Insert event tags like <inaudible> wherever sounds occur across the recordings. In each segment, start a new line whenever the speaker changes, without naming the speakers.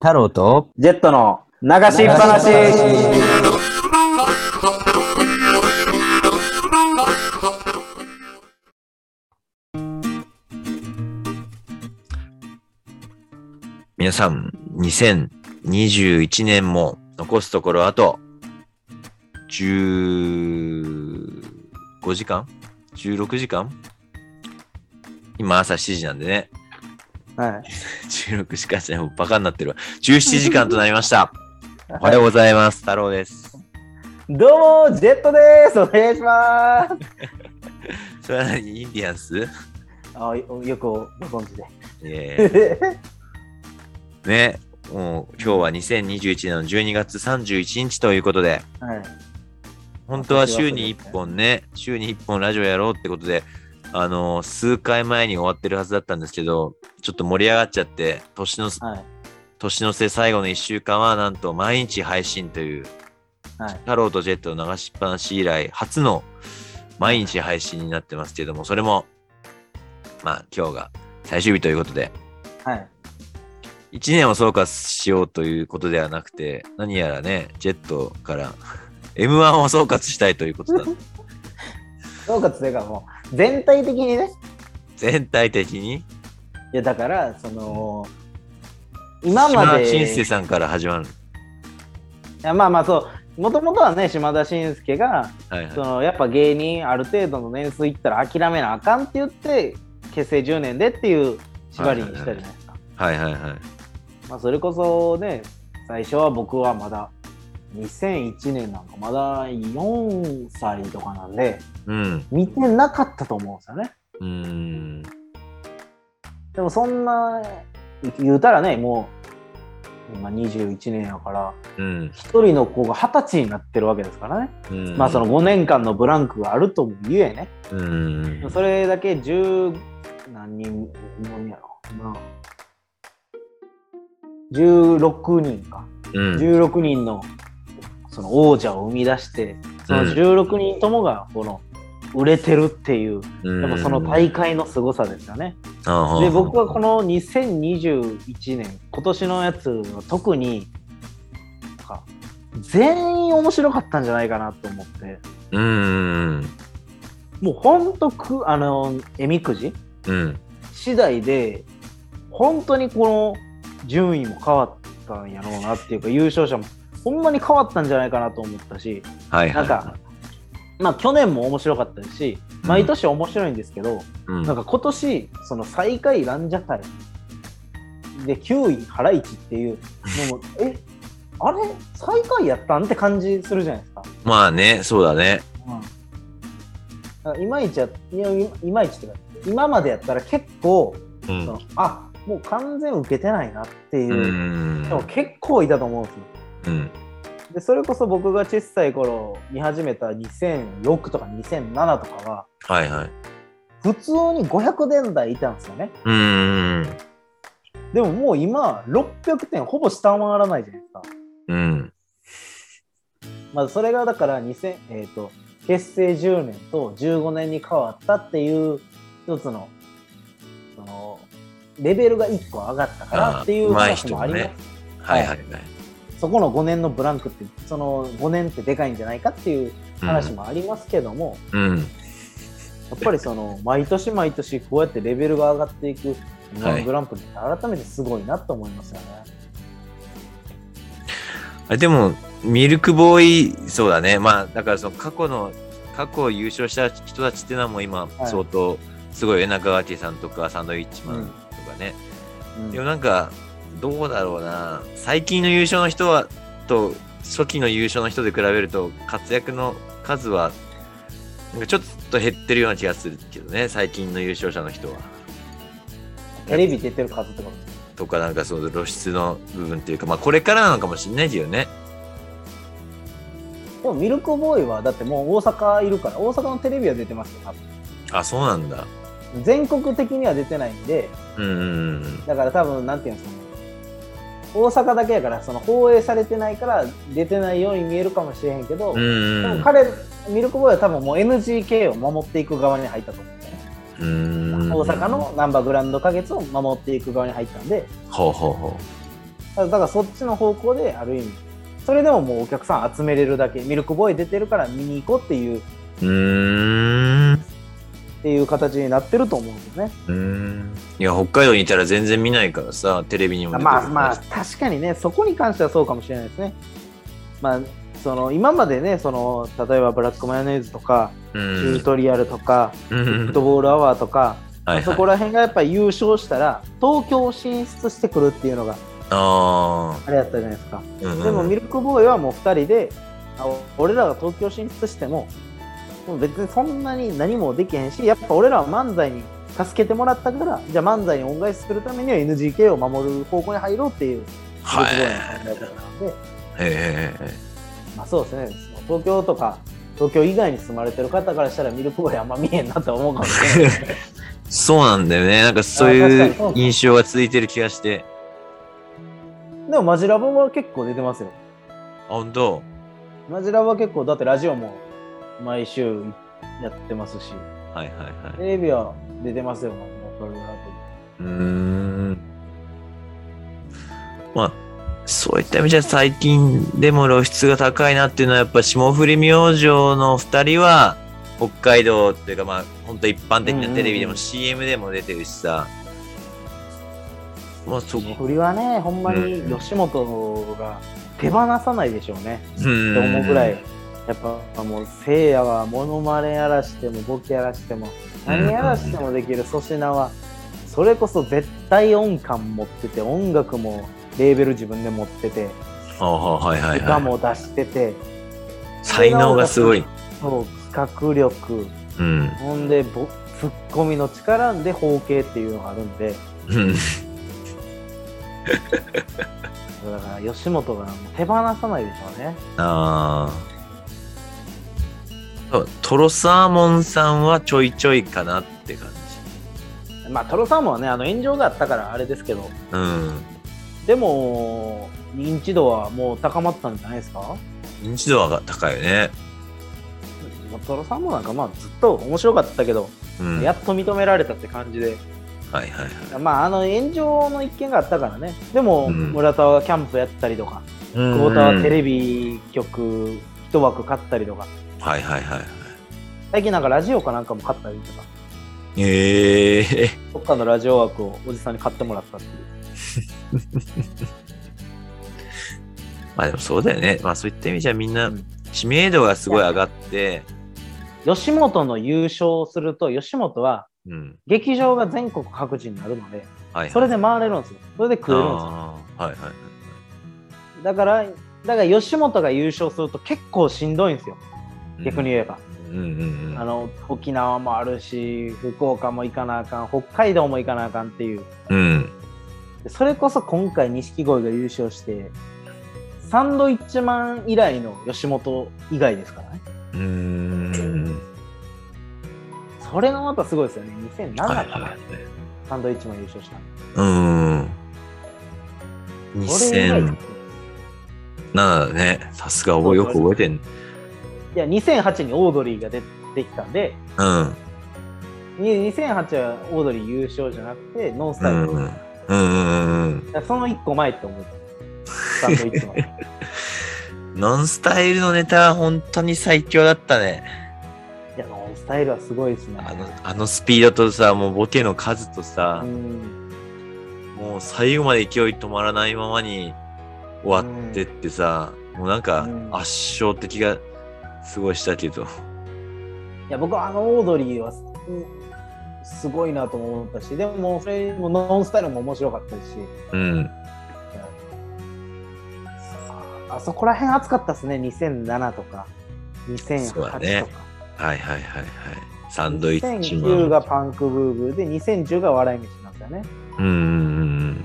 太郎と、
ジェットの流しっぱなし。
皆さん、2021年も残すところあと、15時間 ?16 時間今朝7時なんでね、 <laughs>
はい。
16時間じゃないもうバカになってるわ。17時間となりま <laughs> した。おはようございます。太郎です。
どうも、ジェットです。お願いします。
それは何インディアンス
あよよくご存知
え
で。
ー、ね、もう今日は2021年の12月31日ということで、
はい。
本当は週に1本ね、週に1本ラジオやろうってことで、あの、数回前に終わってるはずだったんですけど、ちょっと盛り上がっちゃって、年の、
はい。
年の瀬最後の1週間は、なんと毎日配信という、
はい。
太郎とジェットの流しっぱなし以来、初の毎日配信になってますけども、それも、まあ、今日が最終日ということで、
はい。
1年を総括しようということではなくて、何やらね、ジェットから、M1 を総括したいということだ。
そうかというか、もう、全体的にね。
全体的に
いや、だから、その、今ま
島
で。
田紳介さんから始まる。
いやまあまあそうもともとはね島田紳介が
はいはい
そ。のやっぱ芸人ある程度の年数いったら諦めなあかんって言って結成10年でっていう縛りにしたじゃないですか、
はいはいはい。
まあ、それこそね最初は僕はまだ2001年なんかまだ4歳とかなんで
うん。
見てなかったと思うんですよね
うーん。
でもそんな言うたらねもう今21年やから
うん。
1人の子が20歳になってるわけですからね
うん
まあその、5年間のブランクがあるともゆえね、
うん。
それだけ10何人分やろ、まあ、16人か、
うん。
16人のその王者を生み出して、その16人ともがこの売れてるっていう、
うん
やっぱその大会の凄さですよね。で、僕はこ、の2021年、今年のやつは特に、なんか全員面白かったんじゃないかなと思って。
あはあうん。
もうほんとく、あの、えみくじ
うん。
次第で、本当にこの順位も変わったんやろうなっていうか、優勝者もほんまに変わったんじゃないかなと思ったし、
はいはい。
なんか、まあ去年も面白かったし、毎年面白いんですけど、
うん、
なんか今年、その最下位ランジャタイで9位ハライチっていうの
<laughs>
も、え、あれ最下位やったんって感じするじゃないですか。
まあね、そうだね。
あいまいちやいやいいまいちっていうか今までやったら結構、
う
その
ん。
あもう完全受けてないなっていうう、
ん
人も結構いたと思うんですよ
うん。
でそれこそ僕が小さい頃見始めた2006とか2007とかは
はいはい。
普通に500点台いたんですよね
うん。
でももう今600点ほぼ下回らないじゃないですか、
うん。
まあ、それがだから2000、えー、と結成10年と15年に変わったっていう一つのそのレベルが1個上がったからっていう
あー
話もあります、
うまい人もはいはいはい。
そこの5年のブランクってその5年ってでかいんじゃないかっていう話もありますけども、
うん。
やっぱりその毎年毎年こうやってレベルが上がっていく
はい
グランプリって改めてすごいなと思いますよね。
あでも、ミルクボーイ、そうだね。まあ、だからその過去の、過去優勝した人たちっていうのはもう今、
い
相当、すごい、エナガワティさんとか、サンドウィッチマンとかね。
うん
でもなんか、どうだろうな。最近の優勝の人は、と、初期の優勝の人で比べると、活躍の数は、なんかちょっと減ってるような気がするけどね、最近の優勝者の人は。
テレビ出てる数ってことです
とか、なんかその露出の部分っていうか、まあこれからなのかもしれないけどね。
でもミルクボーイはだってもう大阪いるから大阪のテレビは出てますよ多
あ、そうなんだ。
分全国的には出てないんで
うんうんうん。
だから多分なんていうんですかね大阪だけやからその放映されてないから出てないように見えるかもしれへんけど、
うん
で
うんう
も
ん。
彼ミルクボーイは多分もう NGK を守っていく側に入ったと思うんですよね。
うーん
大阪のナンバーグランド花月を守っていく側に入ったんで、
ほうほうほ
だからそっちの方向である意味それでももうお客さん集めれるだけミルクボーイ出てるから見に行こうっていうっ
うーん。う
ていう形になってると思うんですね。
ーん。いや、北海道にいたら全然見ないからさ、テレビにも出て
まあまあ
あ。
確かにねそこに関してはそうかもしれないですね。まあその今までねその例えばブラックマヨネーズとか
う
チ
ん
ュー。トリアルとか、
うん
フットボールアワーとか、
はいはい
そこら辺がやっぱ優勝したら東京進出してくるっていうのが
あ
あれやったじゃないですか。
あ。うんうん
でもミルクボーイはもう2人であ俺らが東京進出してももう別にそんなに何もできへんしやっぱ俺らは漫才に助けてもらったからじゃあ漫才に恩返しするためには NGK を守る方向に入ろうっていうミルクボ
はい。
ーイの考え方なんで、
へえへえへ
まあ、そうですねその東京とか東京以外に住まれてる方からしたらミルクボーイあんま見えんなとは思うかもし
<laughs>
れない
えそうなんだよね。なんかそうい
あ確かにそううか
印象が続いてる気がして。
でもマジラボは結構出てますよ
あ、本当。
マジラボは結構だってラジオも毎週やってますし
はいはいはい。
テレビは出てますよもうこれは
うーんまあそういった意味じゃ最近でも露出が高いなっていうのはやっぱ霜降り明星の2人は北海道っていうかまあ本当一般的なテ
う
レビで
んうんう
も
ん
CM でも出てるしさ、まあそこ
振りはね、ほんまに
うん
吉本が手放さないでしょうね、
うーん
と思うぐらい、やっぱもう、せいやはモノマネやらしても、ボケやらしても、何やらしてもできる粗品は、それこそ絶対音感持ってて、音楽もレーベル自分で持ってて、
はあはあはいはい
歌
はい
も出してて、
才能がすごい
そう企画力、
うん
ほんで、ぼツッコミの力で包茎っていうのがあるんで、
うん
だから吉本がもう手放さないでしょうね。
ああトロサーモンさんはちょいちょいかなって感じ
まあ、トロサーモンはね、あの炎上があったからあれですけど、
うん
でも、認知度はもう高まったんじゃないですかも
認知度が高いよね。
うトロサーモンなんか、まあ、ずっと面白かったけど、
うん。
やっと認められたって感じで、
はいはいはい。
まあ、あの炎上の一件があったからね、でも、
うん
村田はキャンプやったりとか、
ク
久保田はテレビ局一枠買ったりとか、
はいはいはいは
最近なんかラジオかなんかも買ったりとか、
い。ええ
どっかのラジオ枠をおじさんに買ってもらったっていう。
まあでもそうだよね。まあそういった意味じゃみんな
うん
知名度がすごい上がって、
吉本の優勝すると、吉本は
うん。
劇場が全国各地にあるので、
はい、はい。
それで
も
回れるんですよ。それで食えるんですよ。
ああ、はいはい。
だから、だから吉本が優勝すると結構しんどいんですよ。逆に言えば。
うんうんうん。
あの、沖縄もあるし、福岡も行かなあかん、北海道も行かなあかんっていう。
うん。
でそれこそ今回、錦鯉が優勝して、サンドイッチマン以来の吉本以外ですからね。
うーん。
それがまたすごいですよね。2007かな、
はいはいはい。
サンドイッチマン優勝したの。
うん。
それ以来
2007だね。さすが覚えよく覚えてん。
いや、2008にオードリーが出てきたんで、
うん。
に2008はオードリー優勝じゃなくて、ノンス
う
タイル
ん。うんうんうん。
だからその一個前って
<laughs>
思う。サンドイッチマン。
ノンスタイルのネタは本当に最強だったね。
いや、ノンスタイルはすごいですね。
あの、あのスピードとさ、もうボケの数とさ
う、ん
もう最後まで勢い止まらないままに終わってってさ、もうなんか
うん
圧勝的がすごいしたけど。
いや、僕はあのオードリーはすうんすごいなとも思ったし、でも、それもノンスタイルも面白かったし、
うん。
あそこら辺暑かったですね、2007とか、2008
そうだ
と
ね
か。
はいはいはいはい。サンドイッチ
2009
マン。
がパンクブーブーで、2010が笑い飯なんですよね。
うんうん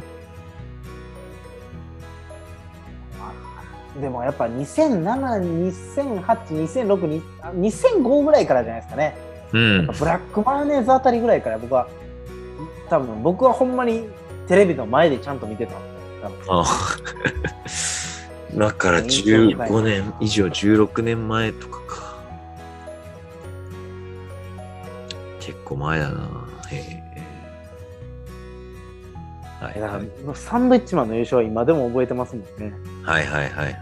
でもやっぱ2007、2008、2006に、あ2005ぐらいからじゃないですかね。
うん。うん。
ブラックマヨネーズあたりぐらいから僕は、多分僕はほんまにテレビの前でちゃんと見てたんで、多分
あだから15年以上16年前とかか結構前だなへえはい
えだか
は
ら
い
サンドイッチマンの優勝は今でも覚えてますもんね。
はいはいはいはい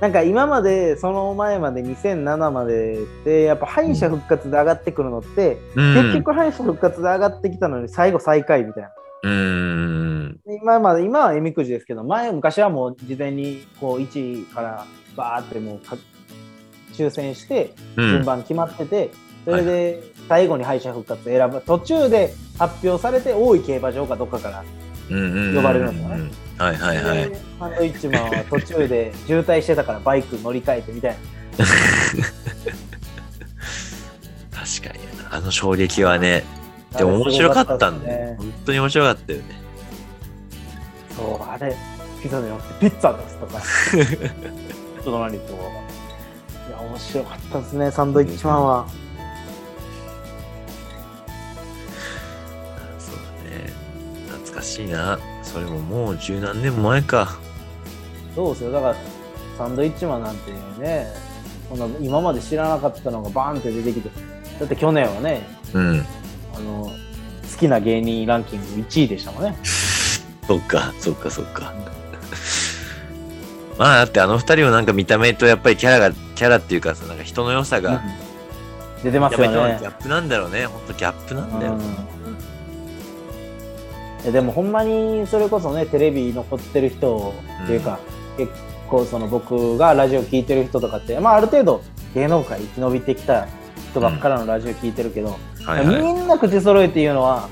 なんか今までその前まで2007までってやっぱ敗者復活で上がってくるのって、
うん
結局敗者復活で上がってきたのに最後最下位みたいな。
うーん
今まで今はえみくじですけど前昔はもう事前にこう1位からバーってもうか抽選して
うん
順番決まってて、それで最後に敗者復活選ぶ途中で発表されて大井競馬場かどっかから呼
呼
ばれるんですよね
はいはいはい
でサンドイッチマンは途中で渋滞してたからバイク乗り換えてみたいな。
確かにあの衝撃はねでも面白かったんだよ、
ね。
本当に面白かったよね
そう、あれ、ピザじゃなくてピッツァですとか。
<laughs>
ちょっと何と。いや、面白かったですね、サンドイッチマンは。
そうだね懐かしいなそれももう十何年も前か
そうですよ、だから、サンドイッチマンなんてね、こんな今まで知らなかったのがバーンって出てきて、だって去年はね、
うん
あの、好きな芸人ランキング1位でしたもんね。
そっかそっかそっか <laughs> まあだってあの二人もなんか見た目とやっぱりキャラがキャラっていうかさなんか人の良さが、
うん出てます
やっぱり
よ
ギ
ね。
ャップなんだろうね本当ギャップなんだよ、
うん、でもほんまにそれこそねテレビに残ってる人っていうか、結構その僕がラジオ聞いてる人とかって、まあ、ある程度芸能界生き延びてきた人ばっかりのラジオ聞いてるけど、
はいはい
みんな口揃えて言うのは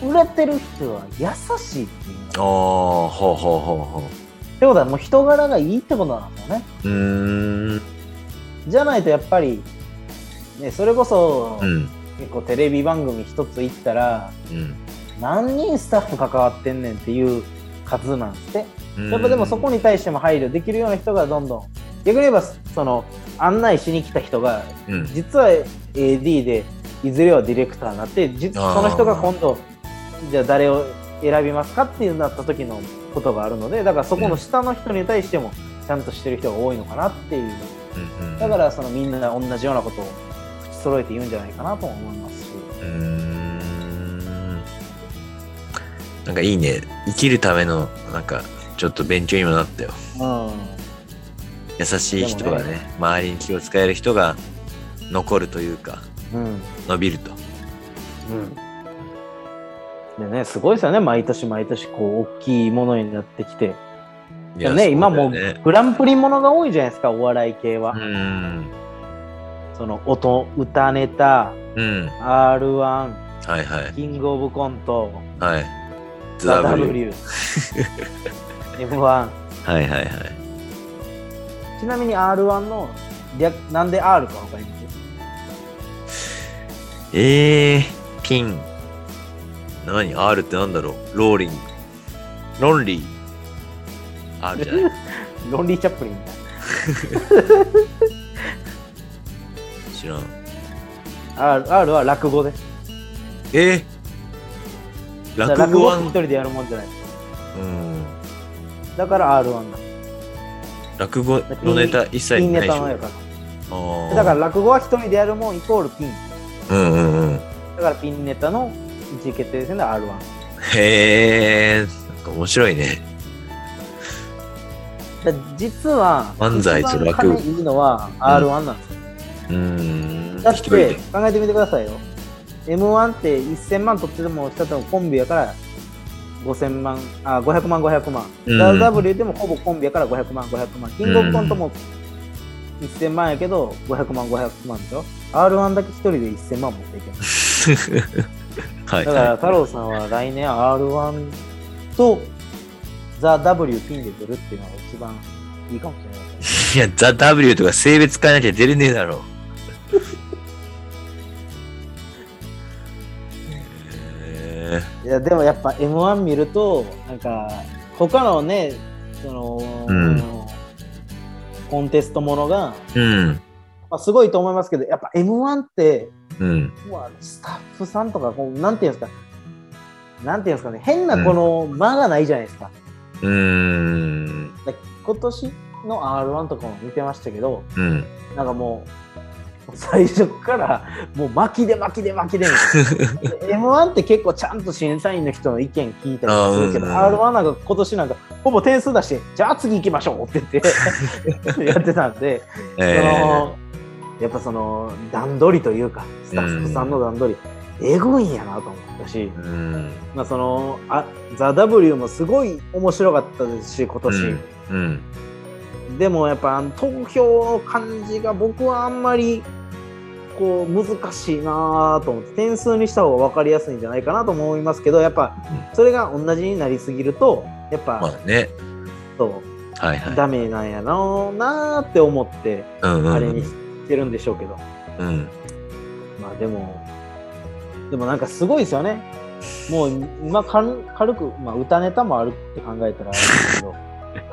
売れてる人は優しいって言うんだ
おーほうほうほうほ
ってことはもう人柄がいいってことなんですよね。
ううーん
じゃないとやっぱり、ね、それこそ
うん
結構テレビ番組一つ行ったら、
うん
何人スタッフ関わってんねんっていう数なんですって
うん
やっぱでもそこに対しても配慮できるような人がどんどん逆に言えばその案内しに来た人が
うん
実は AD でいずれはディレクターになってじそ
あー
の人が今度じゃあ誰を選びますかっていうなった時のことがあるのでだからそこの下の人に対してもちゃんとしてる人が多いのかなっていう
うんうん
だからそのみんな同じようなことを口揃えて言うんじゃないかなとも思いますし。
うーんなんかいいね生きるためのなんかちょっと勉強にもなったよ
うん
優しい人が
で
ね
もね
周りに気を使える人が残るというか
うん
伸びると
でね、すごいですよね、毎年毎年、こう、大きいものになってきて。
い
で
や
もね、
そうだよ
今もう
ね、
グランプリものが多いじゃないですか、お笑い系は
う。ん
その、音、歌ネタ、
うん
R1、
はいはい
キングオブコント、
はい
ザ・
W
W、M1。 <laughs>
はいはいはい
ちなみに R1 の略、なんで R かわかります
えー、ピン何 R ってなんだろうローリングロンリー R じゃない
<laughs> ロンリー・チャップリンみたい
知らん
な。R, R は落語です。
えー、落語は
一人でやるもんじゃない。
うん
だから R1 なんです
落語のネタ一切
ピン
ない
ネ
でし
タのや
ょ
から。
あー
だから落語は一人でやるもんイコールピン。
うんうんうん
だからピンネタの一位決定戦で R1。
へえんか面白いね
だ実は、
漫才と落語
一番金いいのは R1 なんですよ。
うーん
だっ
一
て
人で
考えてみてくださいよ。M1 って1000万取ってても、したともコンビやから5000万、あ、500万、500万。
うん
WW でもほぼコンビやから500万、500万。キングオブコントも1000万やけど、500万、500万でしょ。R1 だけ一人で1000万持っていける。
<laughs> はい
だから
は
太郎さんは来年 R1 とザ・ W ピンで出るっていうのが一番いいかもしれないですね。
いいやザ・ W とか性別変えなきゃ出れねえだろへ
いやでもやっぱ M1 見るとなんか他のねその、
うん
コンテストものが、
えうん
まあ、すごいと思いますけどやっぱ M1 って
うん
うわスタッフさんとかこうなんていうんですかなんていうんですかね変なこの間がないじゃないですか。
うーん
で今年の R1 とかも見てましたけど、
うん
なんかもう、最初からもう巻きで巻きで巻きでみたい
<laughs>
な m 1って結構ちゃんと審査員の人の意見聞いたりするけど、
あーう
r
ん
1なんか今年なんかほぼ点数出してじゃあ次行きましょうって言
<laughs>
ってやってたんで、
え
そ
ー
のやっぱその段取りというかスタッフさんの段取り、えぐいんやなと思ったし、
うん
まあ、そのあ「ザ・ w もすごい面白かったですし今年。
うんうん
でもやっぱあの投票の感じが僕はあんまりこう難しいなと思って点数にした方が分かりやすいんじゃないかなと思いますけどやっぱそれが同じになりすぎるとやっ
ま
ぱ
あね
そ
はいうは
ダメなんやろうなって思って
いうんうん
あれにしてるんでしょうけど
うん
まあでもでもなんかすごいですよねもう今軽軽く、まあ、歌ネタもあるって考えたらあれですけ
<laughs>
ど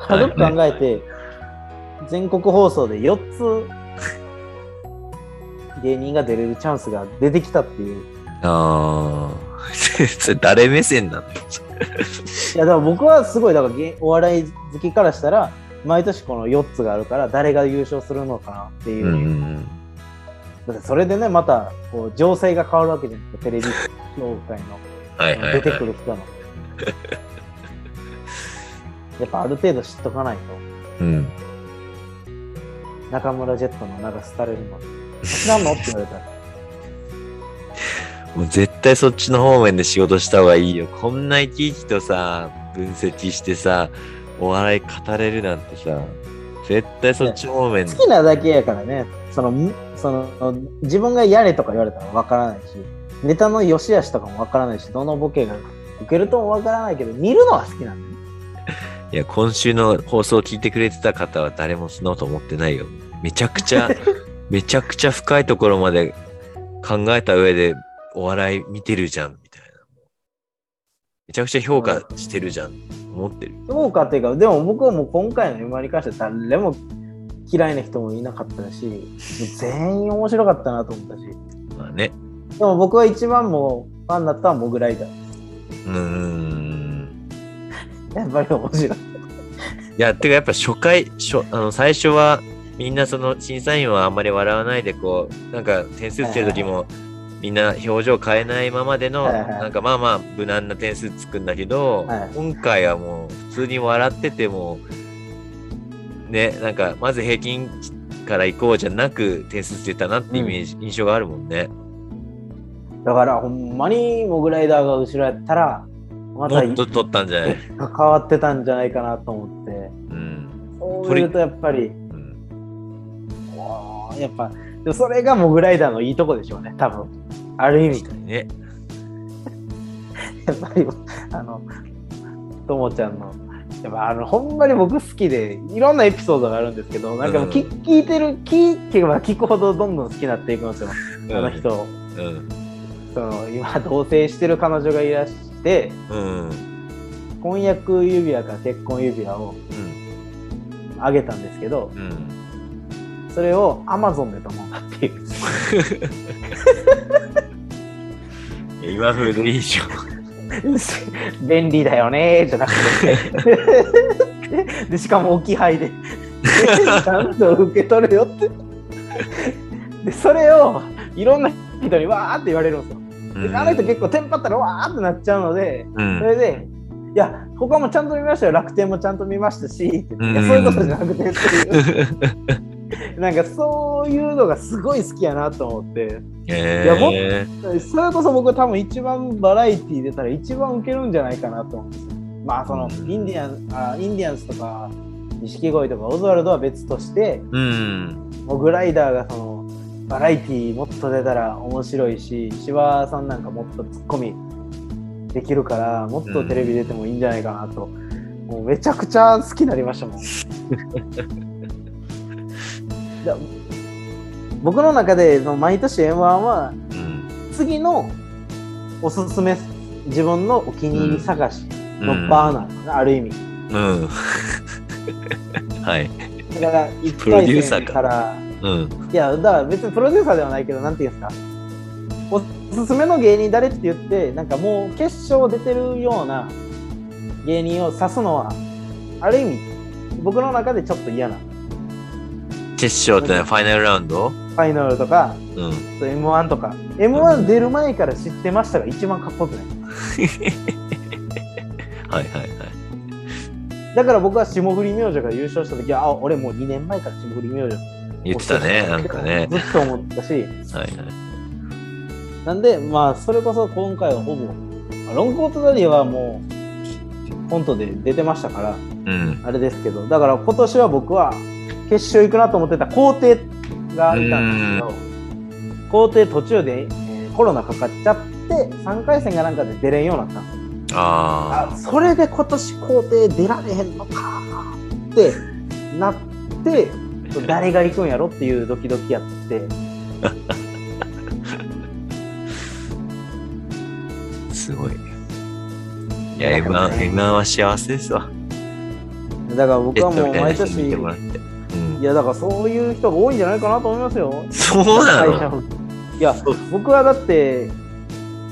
軽く考えて全国放送で4つ芸人が出れるチャンスが出てきたっていう
ああ <laughs> それ誰目線なの
いやだから僕はすごいだから芸お笑い好きからしたら毎年この4つがあるから誰が優勝するのかなっていう、
うんうん
だってそれでねまたこう情勢が変わるわけじゃないですかテレビ業界の。
はいはいは
出
い
てくる人の。やっぱある程度知っとかないと、
うん
中村ジェットの名が廃れるの。知らんのって言われたら、
もう絶対そっちの方面で仕事した方がいいよ。こんな生き生きとさ、分析してさ、お笑い語れるなんてさ、絶対そっち方面で。
好きなだけやからね、その、むその、自分がやれとか言われたらわからないし、ネタの良し悪しとかもわからないし、どのボケが受けるともわからないけど、見るのは好きなんだよね
いや、今週の放送を聞いてくれてた方は誰もそんなこと思ってないよ。めちゃくちゃ、めちゃくちゃ深いところまで考えた上でお笑い見てるじゃん、みたいな。めちゃくちゃ評価してるじゃん、思ってる。
そうかっていうか、でも僕はもう今回の M に関しては誰も嫌いな人もいなかったし、もう全員面白かったなと思ったし、
まあね。
でも僕は一番もうファンだったのはモグライダー。
うーん。
やっぱり面白い。
いや、てかやっぱ初回、初あの最初はみんなその審査員はあんまり笑わないでこう、なんか点数つけるときもみんな表情変えないままでの、
はいはい
なんかまあまあ無難な点数つくんだけど
はい、
今回はもう普通に笑ってても、ね、なんかまず平均から行こうじゃなく点数つけたなってイメージ、印象があるもんね。
だからほんまにモグライダーが後ろやったら、ま
も
た
っと取ったんじゃ
<laughs>
ない
関わってたんじゃないかなと思って。
うん。
そういうとやっぱり、
うん
おーやっぱ、でもそれがモグライダーのいいとこでしょうね、多分。ある意味、
ね。
やっぱり、 <laughs> あの、ともちゃんの、やっぱあの、ほんまに僕好きで、いろんなエピソードがあるんですけど、なんかもう聞,、聞いてる、聞けば聞くほどどんどん好きになっていくんですよ、あの人を。
うん。
その今同棲してる彼女がいらして
うん。うん。
婚約指輪か結婚指輪をあげたんですけど
うん。
それをアマゾンで頼んだっていう <laughs>
いや今風でいいでしょ。
便利だよねーじゃなくて <laughs> でしかも置き配で <laughs> ちゃんと受け取れよってでそれをいろんな人にわーって言われるんですよであの人結構テンパったらわーってなっちゃうので
うん
それで、いや、ここもちゃんと見ましたよ、楽天もちゃんと見ましたし、って言ってい
うん
やそういうことじゃなくてって <laughs> いう、なんかそういうのがすごい好きやなと思って、
え
い
ー、
やもっそれこそ僕、多分一番バラエティー出たら一番ウケるんじゃないかなと思うんですよまあ、その、
うん
インディアンあ、インディアンスとか、錦鯉とか、オズワルドは別として、
うん。
モグライダーがその、バラエティーもっと出たら面白いし、芝さんなんかもっとツッコミできるから、もっとテレビ出てもいいんじゃないかなと、もうめちゃくちゃ好きになりましたもん。だ僕の中でその毎年 M1 は
うん。
次のおすすめ自分のお気に入り探し
う
の
ん
バーなんですね、ある意味
うん。はい。
だから一
プロデュー
回
サ
戦
ーか
から
うん。
いや、だから別にプロデューサーではないけど、なんていうんですか、おすすめの芸人誰って言って、なんかもう決勝出てるような芸人を指すのは、ある意味、僕の中でちょっと嫌な
決勝ってのはファイナルラウンド
ファイナルとか、
うん。
m 1とか m 1出る前から知ってましたが一番かっこよくない
はいはいはい。
だから僕は霜降り明星が優勝した時はあ俺もう2年前から霜降り明星
言ってたね、なんかね。
ずっと思ったし
はいはい。
なんでまあそれこそ今回はほぼあロングコートダディはもうコントで出てましたから
うん。
あれですけどだから今年は僕は決勝行くなと思ってた皇帝がいたんですけど皇帝途中で、えーコロナかかっちゃって3回戦がなんかで出れんようになったんですよ
あ
あそれで今年皇帝出られへんのかってなって誰が行くんやろっていうドキドキやって
あ、すごい。いや、M1、M1 は幸せですわ。
だから僕
レ
は
ッド
もう
みたいな
毎
人
年
に見てもらっ
い
て。うん。
やだからそういう人が多いんじゃないかなと思いますよ
そうな
敗者
の
復 <laughs> いや
そう
僕はだって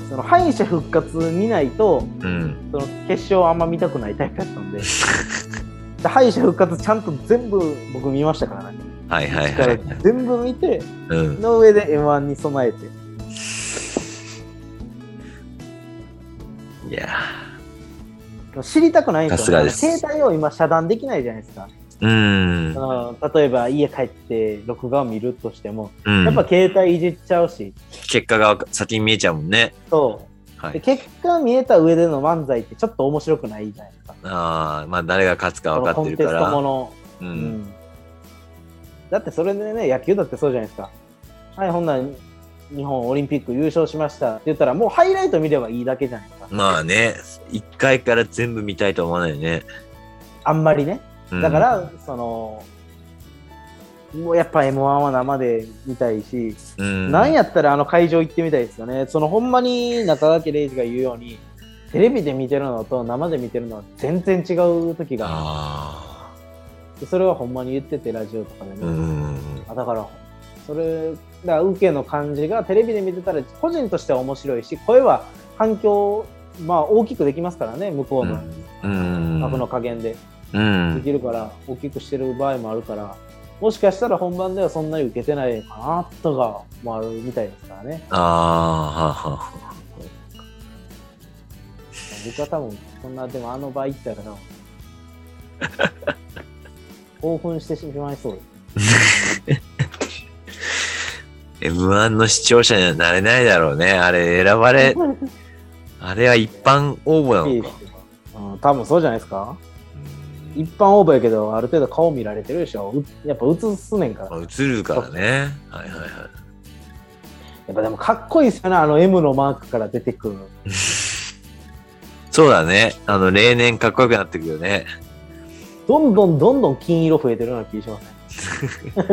その敗者復活見ないと
うん。
その決勝あんま見たくないタイプだった
<laughs>
んでで敗者復活ちゃんと全部僕見ましたからね
はいはい
だか
は
ら
い。
全部見て
うん。
の上で m 1に備えて
いや
知りたくないんですよ。
さすがです
携帯を今遮断できないじゃないですか。
ー。うん
あ。の例えば家帰って録画を見るとしても、
うん、
やっぱ携帯いじっちゃうし、
結果が先に見えちゃうもんね。
そ
は
うで
い。
結果見えた上での漫才ってちょっと面白くないじゃないですか。
ああ、まあ誰が勝つか
そ
分
の
か
コ
っ
ン
て
テ
る
ス
か
トも
ら。
の。
う。
うんだってそれでね、野球だってそうじゃないですか。はい、ほんなら日本オリンピック優勝しましたって言ったら、もうハイライト見ればいいだけじゃないですか。
まあね、一回から全部見たいとは思わないよね。
あんまりね。
うん
だから、、その、もうやっぱ m 1は生で見たいし、
うん、
なんやったらあの会場行ってみたいですよね。そのほんまに中川家礼二が言うように、テレビで見てるのと生で見てるのは全然違う時があ
あ
って、それはほんまに言ってて、ラジオとかでね。
あ、うん。
あだから、それ、だから受けの感じがテレビで見てたら、個人としては面白いし、声は反響、まあ大きくできますからね、向こうの
うん。
額の加減で
う
で
ん。
きるから、大きくしてる場合もあるから、もしかしたら本番ではそんなに受けてないかなとかもあるみたいですからね。
ああ、はは
僕は多分そんなでもあの場行ったらな興奮してしまいそうです
M1 の視聴者にはなれないだろうね。あれ、選ば
<laughs>
れ、あれは一般応募なのか。
うん、多分そうじゃないですか一般応募やけどある程度顔見られてるでしょうやっぱ映すねんからや
映るからね。はいはいはい。
っぱでもかっこいいですよねあの M のマークから出てくる
そうだね。あの、例年かっこよくなってくるよね。
どんどんどんどん金色増えてるような気がしますね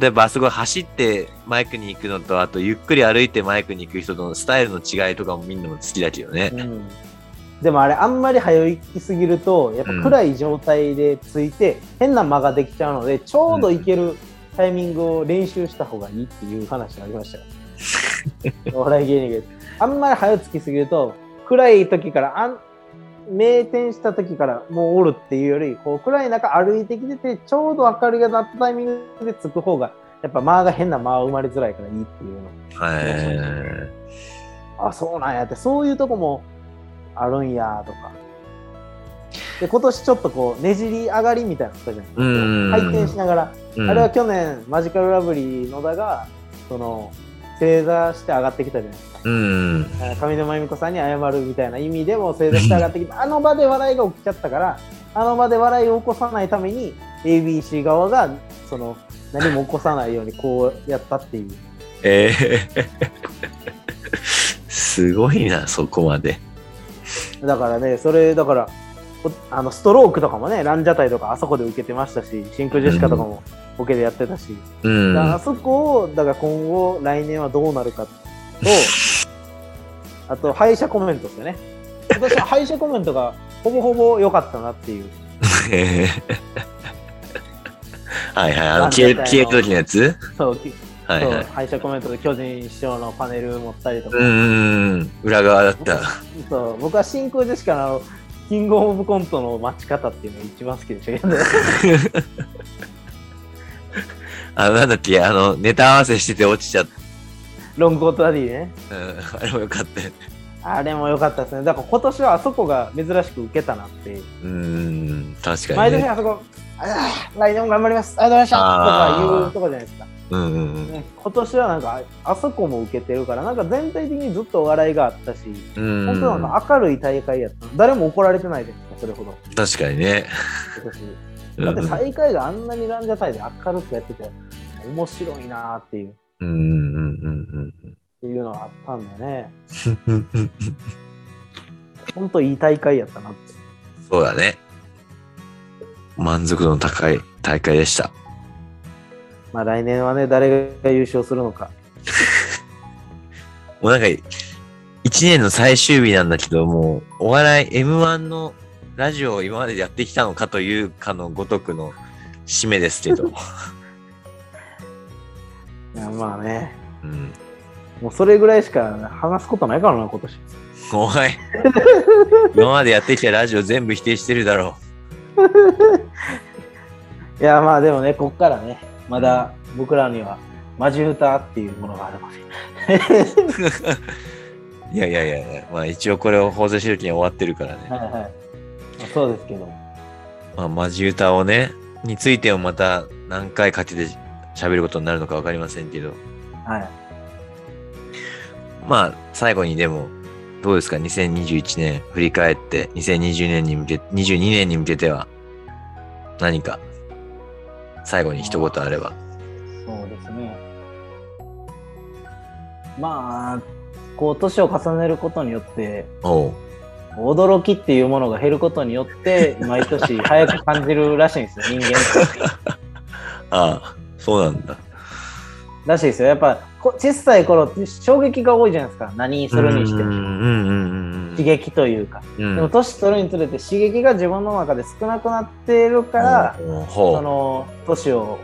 例えば、あそこ走ってマイクに行くのと、あと、ゆっくり歩いてマイクに行く人とのスタイルの違いとかもみんなも好きだけどね。
うんでもあれあんまり早いきすぎるとやっぱ暗い状態でついて変な間ができちゃうのでちょうどいけるタイミングを練習した方がいいっていう話がありま <laughs> したよ。お笑い芸人があんまり早つきすぎると暗い時からあん明転した時からもうおるっていうよりこう暗い中歩いてきててちょうど明かりが鳴ったタイミングでつく方がやっぱ間が変な間は生まれづらいからいいっていうの
はい。
あそうなんやってそういうとこもあるんやとかで今年ちょっとこうねじり上がりみたいなのあったじゃないですか
うん
回転しながら、
うん
あれは去年マジカルラブリー野田がその正座して上がってきたじゃないですか
うん。
あの上沼恵美子さんに謝るみたいな意味でも正座して上がってきたあの場で笑いが起きちゃったからあの場で笑いを起こさないために ABC 側がその何も起こさないようにこうやったっていう
えー <laughs> すごいな、そこまで。
だからね、それだから、こあのストロークとかもね、ランジャタイとかあそこで受けてましたし、真空ジェシカとかもボケでやってたし、
う
だ
ん。
からあそこを、だから今後、来年はどうなるかと、あと、敗者コメントですよね。今年は敗者コメントがほぼほぼ良かったなっていう、
えー <laughs> はいはい、あ
ま
の
あ
消え
大体の
消えた時のやつ
そうき
はい
そう
はい。
敗者コメントで巨人師匠のパネル持ったりとか、
うんうんうん、裏側だった。
そう僕は真空ジェシカのあのキングオブコントの待ち方っていうのが一番好きでしたけどね。
あの、なんだっけ、あの、ネタ合わせしてて落ちちゃっ
<laughs> ロングコートダディね。
た。うん、あれもよかったよね。
あれも良かったですね。だから今年はあそこが珍しく受けたなっていう。
うーん、確か
毎
に
年
ね。
あそこ、あー来年も頑張ります、ありがとうございましたとか
あー
言うとこじゃないですか。
うんうんうん。
ね、今年はなんか、ああそこも受けてるから、なんか全体的にずっとお笑いがあったし、
うん
本当なんか明るい大会やった。誰も怒られてないですか、それほど。
確かにね。
今年。
う
だって
ん
最下位があんなにランジャタイで明るくやってて、面白いなーっていう、っ
うんうんうん
ていうのがあったんだよね。
うんうん。
本当いい大会やったなって。
そうだね。満足度の高い大会でした。
まあ来年はね、誰が優勝するのか。
もうなんか、一年の最終日なんだけど、もう、お笑い M1 のラジオを今までやってきたのかというかのごとくの締めですけ <laughs> ど。
いやまあね、
うん。
もうそれぐらいしか話すことないからな、今年。
おい。 <laughs> 今までやってきたラジオ全部否定してるだろ
いやまあでもね、こっからね、まだ僕らにはマジ歌っていうものがあるので。
う。いやいやいやいや、まあ一応これを放送してる時には終わってるからね。
はいはい。まあ、そうですけど。
まあ、マジ歌をね、についてもまた何回かけて喋ることになるのかわかりませんけど、
はい。
まあ、最後にでも、どうですか、2021年振り返って、2020年に向け、22年に向けては、何か、最後に一言あれば。
そうですね。まあ、こう、年を重ねることによって、
おう。
驚きっていうものが減ることによ <laughs> って、毎年早く感じるらしいんですよ、人間って。 <laughs>
ああ、そうなんだ。
らしいですよ。やっぱ、こ小さい頃って衝撃が多いじゃないですか。何するにして
うんう
も。
んうんうん
刺激というか。
うん。
でも年取るにつれて刺激が自分の中で少なくなっているから、
うん、
そ
ほ
の年を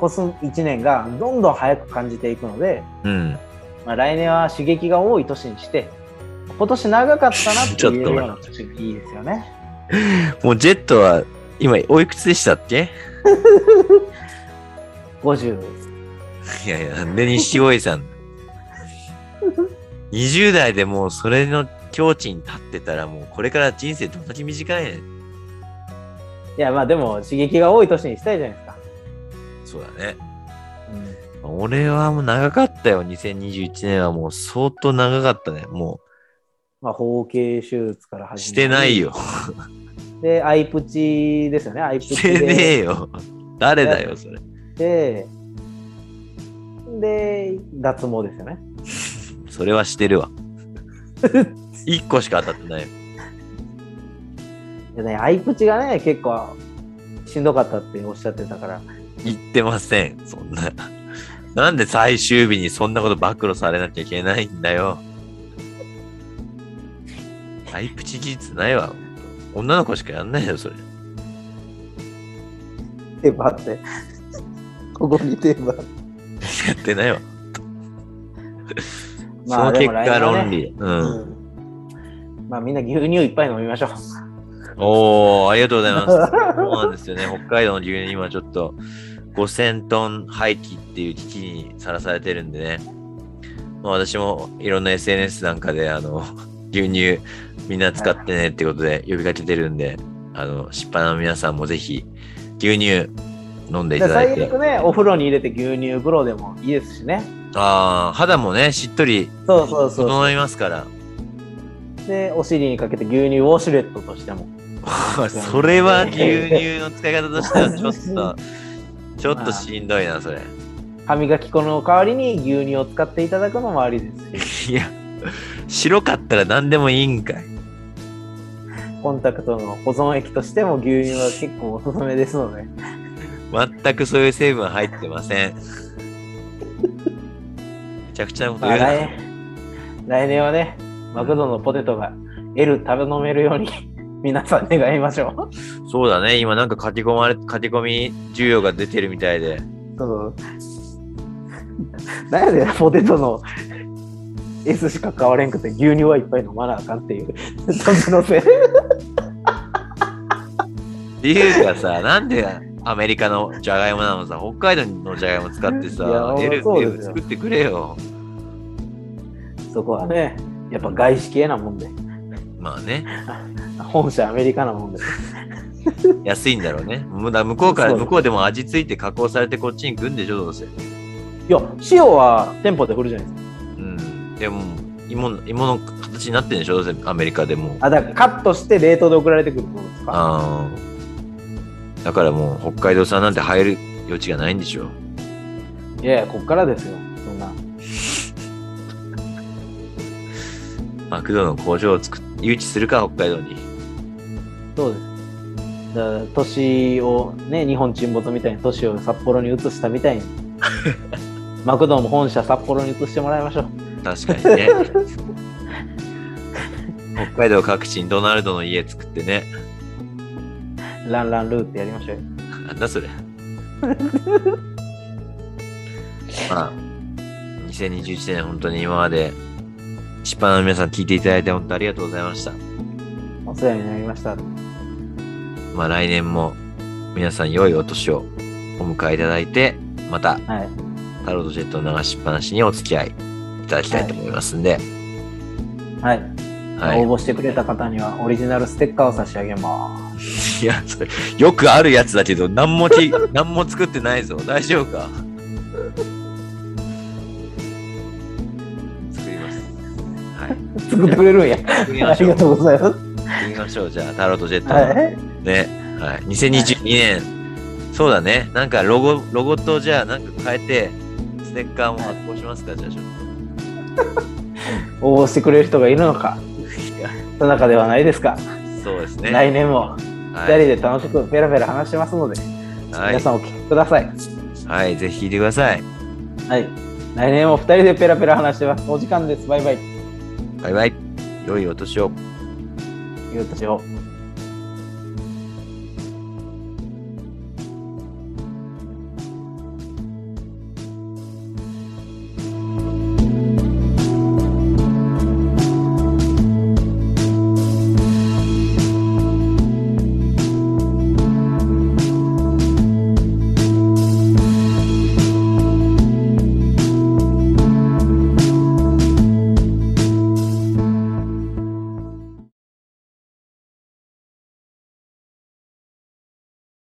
越す1年がどんどん早く感じていくので、
う。うん。
まあ、来年は刺激が多い年にして今年長かったなっていうような年がいいですよね。
もう、ジェットは、今、おいくつでしたっけ
50
いやいや、なんで錦鯉さん。20代でもう、それの境地に立ってたら、もう、これから人生どんだけ短いねん。
いやまあでも刺激が多い年にしたいじゃないですか。
そうだね。俺はもう長かったよ。2021年はもう相当長かったね。も
まあ、包茎手術から始め
う
て
してない。よ。
で、アイプチですよね、アイプチ
してね
で。
えよ。誰だよ、それ。
で、で、脱毛ですよね。
それはしてるわ。一個しか当たってないよ。
でね、アイプチがね、結構しんどかったっておっしゃってたから、
言ってません。そんな。なんで最終日にそんなこと暴露されなきゃいけないんだよ。タイプチ技術ないわ。女の子しかやんないよ、それ。
テープ貼って、 <laughs> ここにテープ貼って。
やってないわ。
まあ
その
で
結
も来年
果
はね
論理。うん。
まあみんな牛乳いっぱい飲みましょう。
おお、ありがとう
<laughs>
ございます。そうなんですよね。北海道の牛乳今ちょっと5000トン廃棄っていう危機にさらされてるんでね。まあ、私もいろんな SNS なんかであの牛乳みんな使ってねってことで呼びかけてるんで、あの、しっぱな皆さんもぜひ牛乳飲んで
で
いただい
最
て
悪。ね、お風呂に入れて牛乳風呂でもいいですしね。
ああ、肌もね、しっとり
そうそうそう。
整いますから。
で、お尻にかけて牛乳ウォシュレットとしても。
それは牛乳の使い方としてはちょ
<laughs>
っと、ちょっとしんどいな、それ。
歯磨き粉の代わりに牛乳を使っていただくのもありですし、
<laughs> いや、白かったら何でもいいんかい。
コンタクトの保存液としても牛乳は結構おすすめですので。
全くそういう成分は入ってません。めちゃくちゃなこと
ま
言
あ、
うな。
来年来年はね、マクドのポテトが L 食べ飲めるように <laughs> 皆さん願いましょう。
そうだね、今なんか書き込まれ、書き込み需要が出てるみたいで。
そうなんやねんポテトの S しか変われんくて牛乳はいっぱい飲まなあかんっていう <laughs> そっちのせい <laughs>
理由がさ、なんでアメリカのじゃがいもなのさ、北海道のじゃがいも使って
いや
さ、エル
そう
フ
ですよ
作ってくれよ。
そこはね、やっぱ外資系なもんで、
まあね、
本社アメリカなもんで。
安いんだろうね。もうだ向こうか
そ
ら、
う
向こうでも味付いて加工されてこっちに来んでしょ、どうせ。
いや、塩は店舗で振るじゃないですか。
うん。でも、芋の芋の形になってんでしょ、どうせアメリカでも。
あ、だからカットして冷凍で送られてくるものですか。
あーだからもう、北海道産なんて入る余地がないんでしょ。
いやいや、こっからですよ。そんな。
マクドの工場を作っ誘致するか、北海道に。
そうです。だから都市をね、日本沈没みたいに都市を札幌に移したみたい
<laughs>
に。マクドも本社札幌に移してもらいましょう。
確かにね。北海道各地にドナルドの家作ってね。
ランランルーってやりましょうよ。
なんだそれ。まあ、2021年本当に今まで、出版の皆さん聞いていただいて本当ありがとうございました。
お世話になりました。
まあ来年も皆さん良いお年をお迎えいただいて、また
はい。
タロットジェットの流しっぱなしにお付き合いいただきたいと思いますんで、
はい。
はい。
応募してくれた方にはオリジナルステッカーを差し上げま
いや、それ、よくあるやつだけど、何もき、何も作ってないぞ。大丈夫か作ります。はい。 <laughs>
す。作ってくれるんや。
作り
あ
まし
り
ょう
が。とうございます。
作りましょう。じゃあ、タロットジェットの、
はい。
ね。はい。2022年、そうだね。なんか、ロゴ、ロゴとじゃあ、なんか変えて、ステッカーも発行しますか、じゃあ、ちょっ
応募してくれる人がいるのか、
と。いや、
その中ではないですか。
そうですね。
来年も2
は
人
い。
で楽しくペラペラ話しますので、
は
皆
い
さんお聞きください。
はい。ぜひ聞いてください。
はい。来年も2人でペラペラ話してます。お時間です。バイバイ。
バイバイ。良いお年を。
ゆうたちを。